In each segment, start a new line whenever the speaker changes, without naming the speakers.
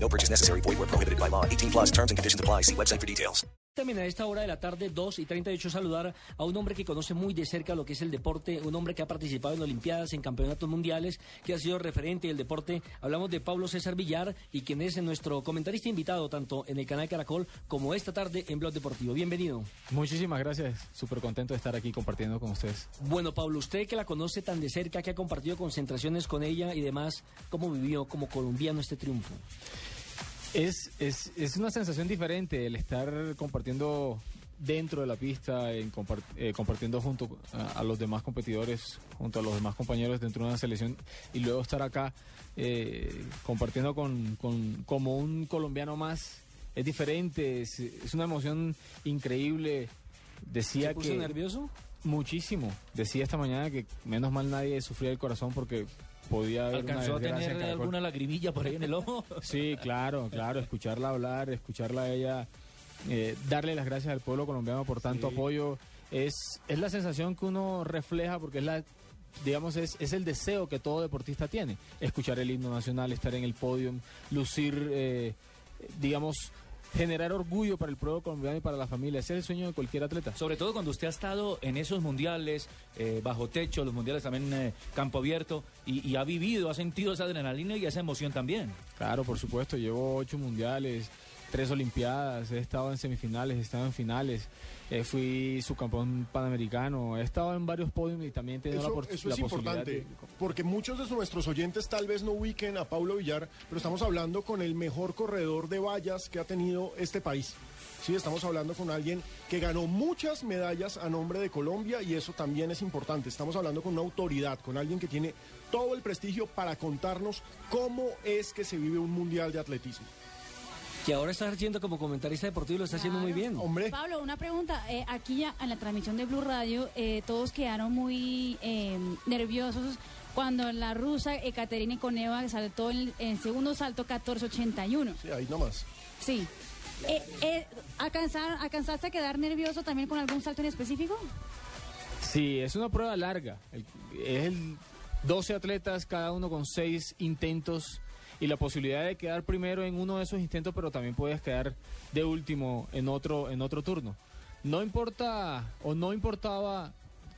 No purchase necessary. Void where prohibited by law. 18 plus terms and conditions apply. See website for details.
También a esta hora de la tarde, 2 y 38, saludar a un hombre que conoce muy de cerca lo que es el deporte, un hombre que ha participado en Olimpiadas, en campeonatos mundiales, que ha sido referente del deporte. Hablamos de Pablo César Villar y quien es nuestro comentarista invitado tanto en el canal Caracol como esta tarde en Blog Deportivo. Bienvenido.
Muchísimas gracias. Súper contento de estar aquí compartiendo con ustedes.
Bueno, Pablo, usted que la conoce tan de cerca, que ha compartido concentraciones con ella y demás, ¿cómo vivió como colombiano este triunfo?
Es, es, es una sensación diferente el estar compartiendo dentro de la pista, en compart- eh, compartiendo junto eh, a, a los demás competidores, junto a los demás compañeros dentro de una selección y luego estar acá eh, compartiendo con, con- como un colombiano más. Es diferente, es, es una emoción increíble. Decía
¿Se puso
que
nervioso?
muchísimo. Decía esta mañana que menos mal nadie sufría el corazón porque podía haber una
¿Alcanzó a
desgracia
tener
en Caracol.
alguna lagrimilla por ahí en el ojo?
Sí, claro, claro, escucharla hablar, escucharla a ella, eh, darle las gracias al pueblo colombiano por tanto apoyo, es, es la sensación que uno refleja porque es la, digamos, es, es el deseo que todo deportista tiene, escuchar el himno nacional, estar en el podio, lucir, eh, digamos, generar orgullo para el pueblo colombiano y para la familia, ese es el sueño de cualquier atleta.
Sobre todo cuando usted ha estado en esos mundiales, eh, bajo techo, los mundiales también eh, campo abierto, y, y ha vivido, ha sentido esa adrenalina y esa emoción también.
Claro, por supuesto, llevo ocho mundiales, tres olimpiadas, he estado en semifinales, he estado en finales, eh, fui subcampeón panamericano, he estado en varios podios y también he tenido la,
Eso,
pos-
eso
la
es
posibilidad
importante,
de-
porque muchos de nuestros oyentes tal vez no ubiquen a Pablo Villar, pero estamos hablando con el mejor corredor de vallas que ha tenido este país. Sí, estamos hablando con alguien que ganó muchas medallas a nombre de Colombia y eso también es importante. Estamos hablando con una autoridad, con alguien que tiene todo el prestigio para contarnos cómo es que se vive un mundial de atletismo.
Que ahora está haciendo como comentarista deportivo y lo está haciendo muy bien.
Hombre,
Pablo, una pregunta. Eh, aquí ya en la transmisión de Blue Radio, eh, todos quedaron muy eh, nerviosos cuando la rusa Ekaterina Koneva saltó en el segundo salto 1481.
sí, ahí nomás.
Sí. Eh, eh, ¿alcanzar- ¿Alcanzaste a quedar nervioso también con algún salto en específico?
Sí, es una prueba larga. El- es el 12 atletas, cada uno con seis intentos y la posibilidad de quedar primero en uno de esos intentos, pero también puedes quedar de último en otro en otro turno. No importa o no importaba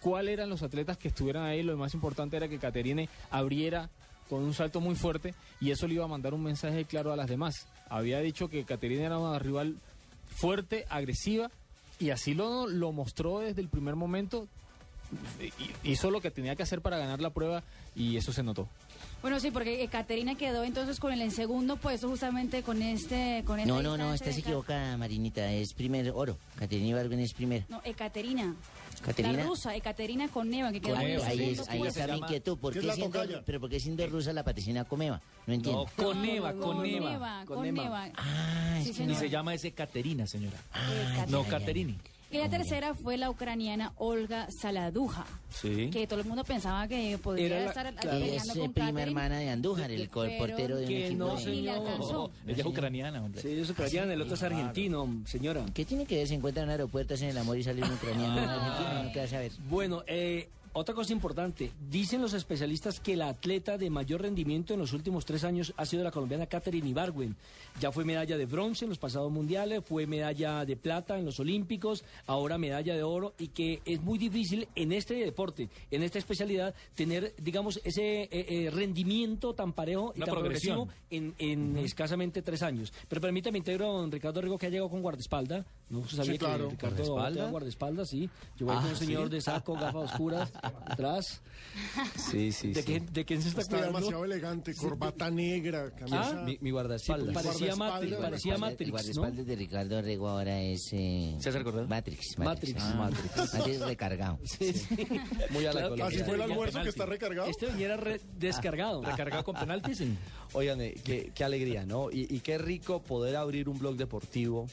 cuáles eran los atletas que estuvieran ahí, lo más importante era que Caterine abriera con un salto muy fuerte y eso le iba a mandar un mensaje claro a las demás. Había dicho que Caterine era una rival fuerte, agresiva y así lo, lo mostró desde el primer momento. Y- Hizo lo que tenía que hacer para ganar la prueba y eso se notó.
Bueno, sí, porque Ekaterina quedó entonces con el segundo puesto justamente con este... Con esta
No, no, no,
distancia
estás
de ca-
equivocada, Marinita. Es primer oro. Caterina Ibargüen es primera.
No, Ekaterina.
Caterina.
La rusa, Ekaterina Koneva, que quedó
Koneva,
en el
Eva,
ahí,
segundo
es- ahí
puesto.
está
llama?
mi inquietud. Eh, ¿Por
¿Qué
qué,
es la
siendo,
tocaya?
¿Pero por qué siendo rusa la patricina Comeva? No
No,
entiendo.
con Eva, con Eva.
Coneva,
con Eva.
Coneva.
Ah,
Sí,
es que
Y
señor.
se llama ese Caterina, señora.
Caterina.
No, Caterini.
Y la tercera fue la ucraniana Olga Saladuja,
Sí.
que todo el mundo pensaba que podría
Era la-
estar
claro.
peleando
Es eh,
con
prima
Catherine.
hermana de Andújar, el co-
Pero
portero de un
que
equipo.
no,
de-
Y la
señor.
alcanzó.
Oh, Ella es ucraniana, hombre.
Sí, ellos ucranianos, el otro es argentino, señora.
¿Qué tiene que ver? Se encuentran en aeropuertos en el amor y sale un ucraniano. en Argentina, nunca vas a ver.
Bueno, eh, otra cosa importante. Dicen los especialistas que la atleta de mayor rendimiento en los últimos tres años ha sido la colombiana Katherine Ibargüen. Ya fue medalla de bronce en los pasados mundiales, fue medalla de plata en los Olímpicos, ahora medalla de oro y que es muy difícil en este deporte, en esta especialidad, tener, digamos, ese eh, eh, rendimiento tan parejo y
Una
tan
progresión.
progresivo en, en escasamente tres años. Pero permítame, integro a don Ricardo Rigo que ha llegado con guardaespaldas. No sabía
Sí, claro.
que Ricardo
Guardaespaldas.
tenía guardaespaldas, sí. Llegó
Ah,
ahí con un señor de saco, gafas oscuras, atrás.
Sí, sí,
¿De,
sí.
quién, ¿De quién se está,
Está
cuidando? Ah,
demasiado elegante, corbata negra, camisa...
Mi, mi
Sí,
guardaespaldas.
parecía Matrix,
Guardaespaldas.
parecía
El
Matrix, ¿no?
guardaespaldas de Ricardo Rego ahora es. eh,
¿César Cordero?
Matrix.
Matrix.
Ah, Matrix. recargado.
Muy a la
Claro que
Así
colombiana.
fue el
Este
almuerzo que
penalti.
está recargado.
Este venía re- descargado.
Recargado con penaltis.
Oigan, eh, qué, qué alegría, ¿no? Y, y qué rico poder abrir un blog deportivo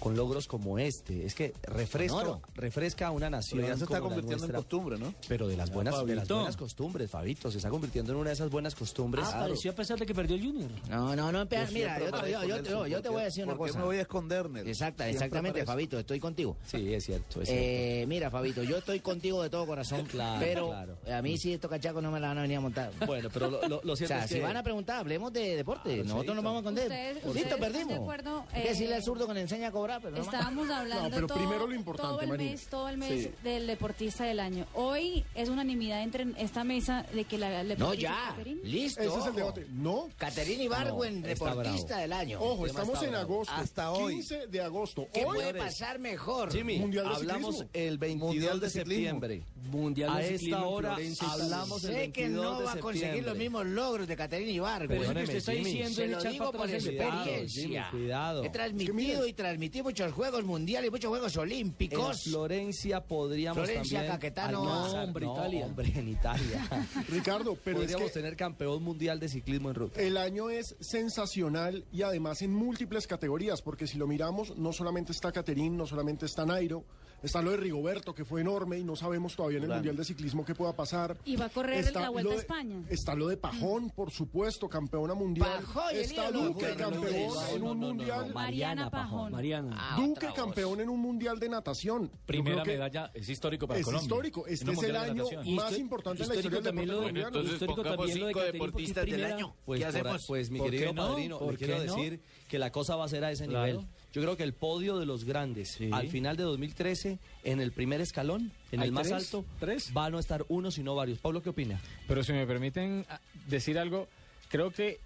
con logros como este. Es que refresca,
Con oro.
refresca a una nación.
Pero ya se está
como la
convirtiendo en
nuestra,
costumbre, ¿no?
Pero de las,
Ya,
buenas, de las
Pablito.
buenas costumbres, Fabito. Se está convirtiendo en una de esas buenas costumbres.
Ah, pareció a pesar de que perdió el Junior.
No, no, no, empe-
siempre
Ah, mira, yo, te-
aparezco,
yo- yo-
Nelson,
yo- yo te
¿por
voy a
qué-
decir una
por qué
cosa.
me voy a esconder, Nelson?
Exacta,
Siempre
exactamente,
aparezco.
Fabito, estoy contigo.
Sí, es cierto. Es cierto.
Eh, mira, Fabito, yo estoy contigo de todo corazón,
Claro,
pero
claro.
a mí sí estos cachacos no me la van a venir a montar.
Bueno, pero lo, lo- lo
O
cierto
sea,
es
si
que...
van a preguntar, hablemos de deporte.
Claro,
Nosotros
Cheito.
nos vamos a esconder.
Ustedes-
Listo,
ustedes están de
perdimos.
acuerdo,
Hay que
eh,
decirle al zurdo que le enseña a cobrar, pero no más.
Estábamos hablando
pero
todo,
primero lo importante,
todo el
Marina.
mes, todo el mes
Sí.
del deportista del año. Hoy es unanimidad entre esta mesa de que la le
No, ya. Listo.
Ese es el
ojo.
debate. No,
Caterina Ibargüen,
No, está
deportista
bravo.
del año.
ojo,
tema
estamos
está
en
bravo.
agosto.
Hasta hoy.
15 de agosto.
¿Qué
Hoy,
puede pasar mejor?
Jimmy,
Mundial de
hablamos
ciclismo.
el 22
Mundial
de
de septiembre.
septiembre.
Mundial
A
de
esta
ciclismo en
hora
Florencia, Italia.
hablamos el
Sé que
22
no
de
va a conseguir
septiembre.
los mismos logros de Caterina Ibargüen.
Pero eso que
Perdóneme,
usted está
Jimmy.
diciendo
Se
es
lo
echar
digo
para
por
atrás el
Cuidado,
deporte.
experiencia.
Jimmy, cuidado.
He
Es que
transmitido
mire.
y transmití muchos juegos mundiales, muchos juegos
En
olímpicos.
Florencia podríamos
Florencia,
también
Caquetano.
alcanzar-
No, hombre,
no,
Italia.
hombre, en Italia.
Ricardo, pero es
podríamos
que
tener campeón mundial de ciclismo en ruta.
El año es sensacional y además en múltiples categorías, porque si lo miramos, no solamente está Caterín, no solamente está Nairo, está lo de Rigoberto, que fue enorme y no sabemos todavía en el Mundial de Ciclismo qué pueda pasar.
Y va a correr la
lo
Vuelta a
de-
España.
Está lo de Pajón, por supuesto, campeona mundial.
Pajoy, el
está
ídolo de
Duque,
Julián
campeón
Rodríguez.
en
No, no,
un
no, no,
mundial.
no,
Mariana Pajón.
Mariana.
Ah,
Duque,
otra voz.
campeón en un mundial de natación. Yo
Primera
creo que
medalla es histórico para
Es
Colombia.
histórico.
en
Este
un
es el
mundial de
año
natación.
más importante en la historia del
también
deporte
lo de-
colombiano.
entonces
histórico
pongamos
también lo de
cinco
Caterina, porque es
deportistas del
primera.
año.
Pues,
¿Qué
por-
hacemos?
pues mi
¿Por
querido
qué no?
padrino,
¿Por
le quiero
qué no?
decir que la cosa va a ser a ese
Claro.
nivel. Yo creo que el podio de los grandes
Sí.
al final de 2013, en el primer escalón, en
¿Hay
el más
tres?
alto,
¿Tres?
van a no estar uno sino varios. Pablo, ¿qué opina?
Pero si me permiten ah, decir algo, creo que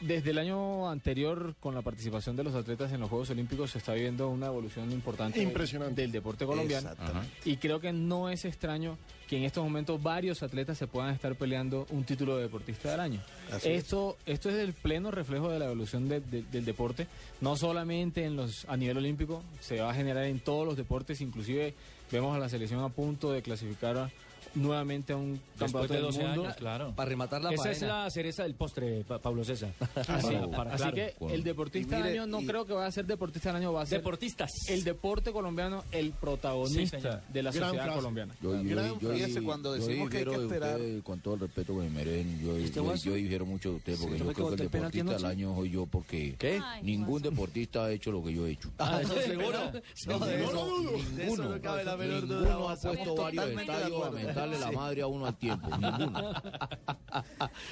desde el año anterior, con la participación de los atletas en los Juegos Olímpicos, se está viviendo una evolución importante
Impresionante.
del deporte colombiano.
Exactamente.
Y creo que no es extraño que en estos momentos varios atletas se puedan estar peleando un título de deportista del año.
Así es.
Esto, esto es el pleno reflejo de la evolución de- de- del deporte, no solamente en los, a nivel olímpico, se va a generar en todos los deportes, inclusive vemos a la selección a punto de clasificar a- nuevamente a un
Después
campeonato
de
del
12
mundo.
años, claro.
Para rematar la
Esa
faena.
es la cereza del postre, Pa- Pablo César.
Así,
Para- para-
así
claro.
que el deportista
Y mire,
del año no
y-
creo que vaya a ser deportista del año, va a ser
Deportistas.
el deporte colombiano, el
Sí,
protagonista
señor.
de la
Gran
sociedad
frase.
colombiana.
Yo, yo,
Gran
yo,
frase.
yo,
Fíjese cuando decimos que hay
difiero
que
de
esperar.
ustedes, con todo el respeto que me merecen, yo,
¿Este
yo,
guaso?
yo difiero mucho de ustedes porque
Sí,
yo
fue que
creo que el
botó el penalti
deportista del
anoche.
año soy yo porque
¿Qué?
Ay,
ningún deportista ha hecho lo que yo he hecho.
Ah,
eso seguro.
No, de eso-
No lo dudo.
Ninguno, ninguno ha puesto varios estadios a mentarle la madre a uno al tiempo. Ninguno.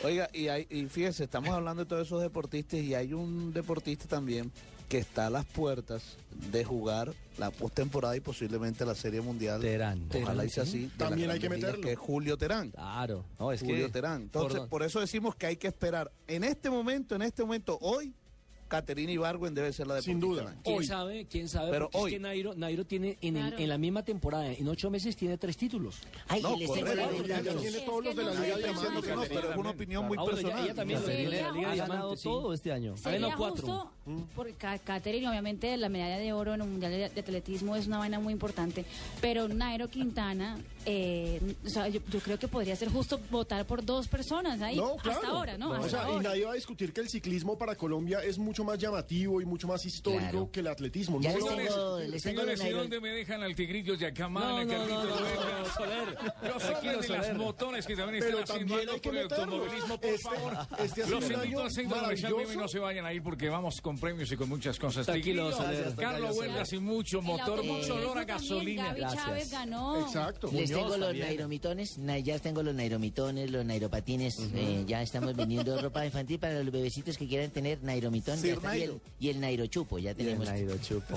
Oiga, y, hay- y fíjese, estamos hablando de todos esos deportistas y hay un deportista también que está a las puertas de jugar la postemporada y posiblemente la Serie Mundial.
Terán.
Ojalá
Terán,
hice
sí.
así. de las
También hay que
grandes ligas,
meterlo.
Que es Julio Terán.
Claro. No, es
Julio
que,
Terán. Entonces,
Perdón.
por eso decimos que hay que esperar. En este momento, en este momento, hoy, Caterina Ibargüen debe ser la deportista.
Sin duda.
del año.
¿Quién
Hoy.
sabe? ¿Quién sabe?
Pero
Porque
hoy.
es que Nairo, Nairo tiene en, el-
Claro.
en la misma temporada, en ocho meses, tiene tres títulos.
Ay,
No,
y les tengo
correcto,
la
ya
importancia.
ya tiene todos los de la
Es que
Liga
no sé,
Diciendo
Diamante.
que no, pero es una opinión muy
Ahora, ella-
personal.
ella también
Sí,
lo de la
ella
Liga
ha
de
ganado
Diamante, sí.
todo este año.
Ha
Sería
ganado cuatro.
justo, porque Ca- Caterina, obviamente, la medalla de oro en el Mundial de, de Atletismo es una vaina muy importante, pero Nairo Quintana, eh, o sea, yo, yo creo que podría ser justo votar por dos personas ahí,
No, claro.
hasta ahora, ¿no?
O
Hasta
sea, y
ahora.
nadie va a discutir que el ciclismo para Colombia es mucho más llamativo y mucho más histórico
Claro.
que el atletismo.
Ya
No
les
lo-
tengo, les tengo los
¿y
Nairo-
dónde me dejan al Tigrillo Yacamán,
No, no,
al
no, no,
Carlitos
no,
Vega?
Soler.
Los
Tranquilo,
hombres de las
Soler.
motones que también
Pero
están haciendo
también hay
algo
que
por el
meterlo.
automovilismo, por
Este-
favor.
este ha sido
Los
un año
invito a Centro Comercial
maravilloso.
Mimi, no se vayan a ir porque vamos con premios y con muchas cosas.
Tranquilo,
Tigrillo,
Soler.
Carlos Huelgas y mucho
El
motor, mucho
automovilismo
olor a
también,
gasolina.
Gaby
Gracias.
Chávez ganó.
Exacto.
Les
Muñoz
tengo los
también.
nairomitones, na- ya tengo los nairomitones, los nairopatines, eh, ya estamos vendiendo ropa infantil para los bebecitos que quieran tener nairomitón
Sir
ya está, y, el,
Nairo.
y el nairochupo, ya tenemos.
Nairo Chupo.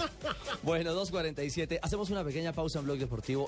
bueno, 2.47. Hacemos una pequeña pausa en Blog Deportivo.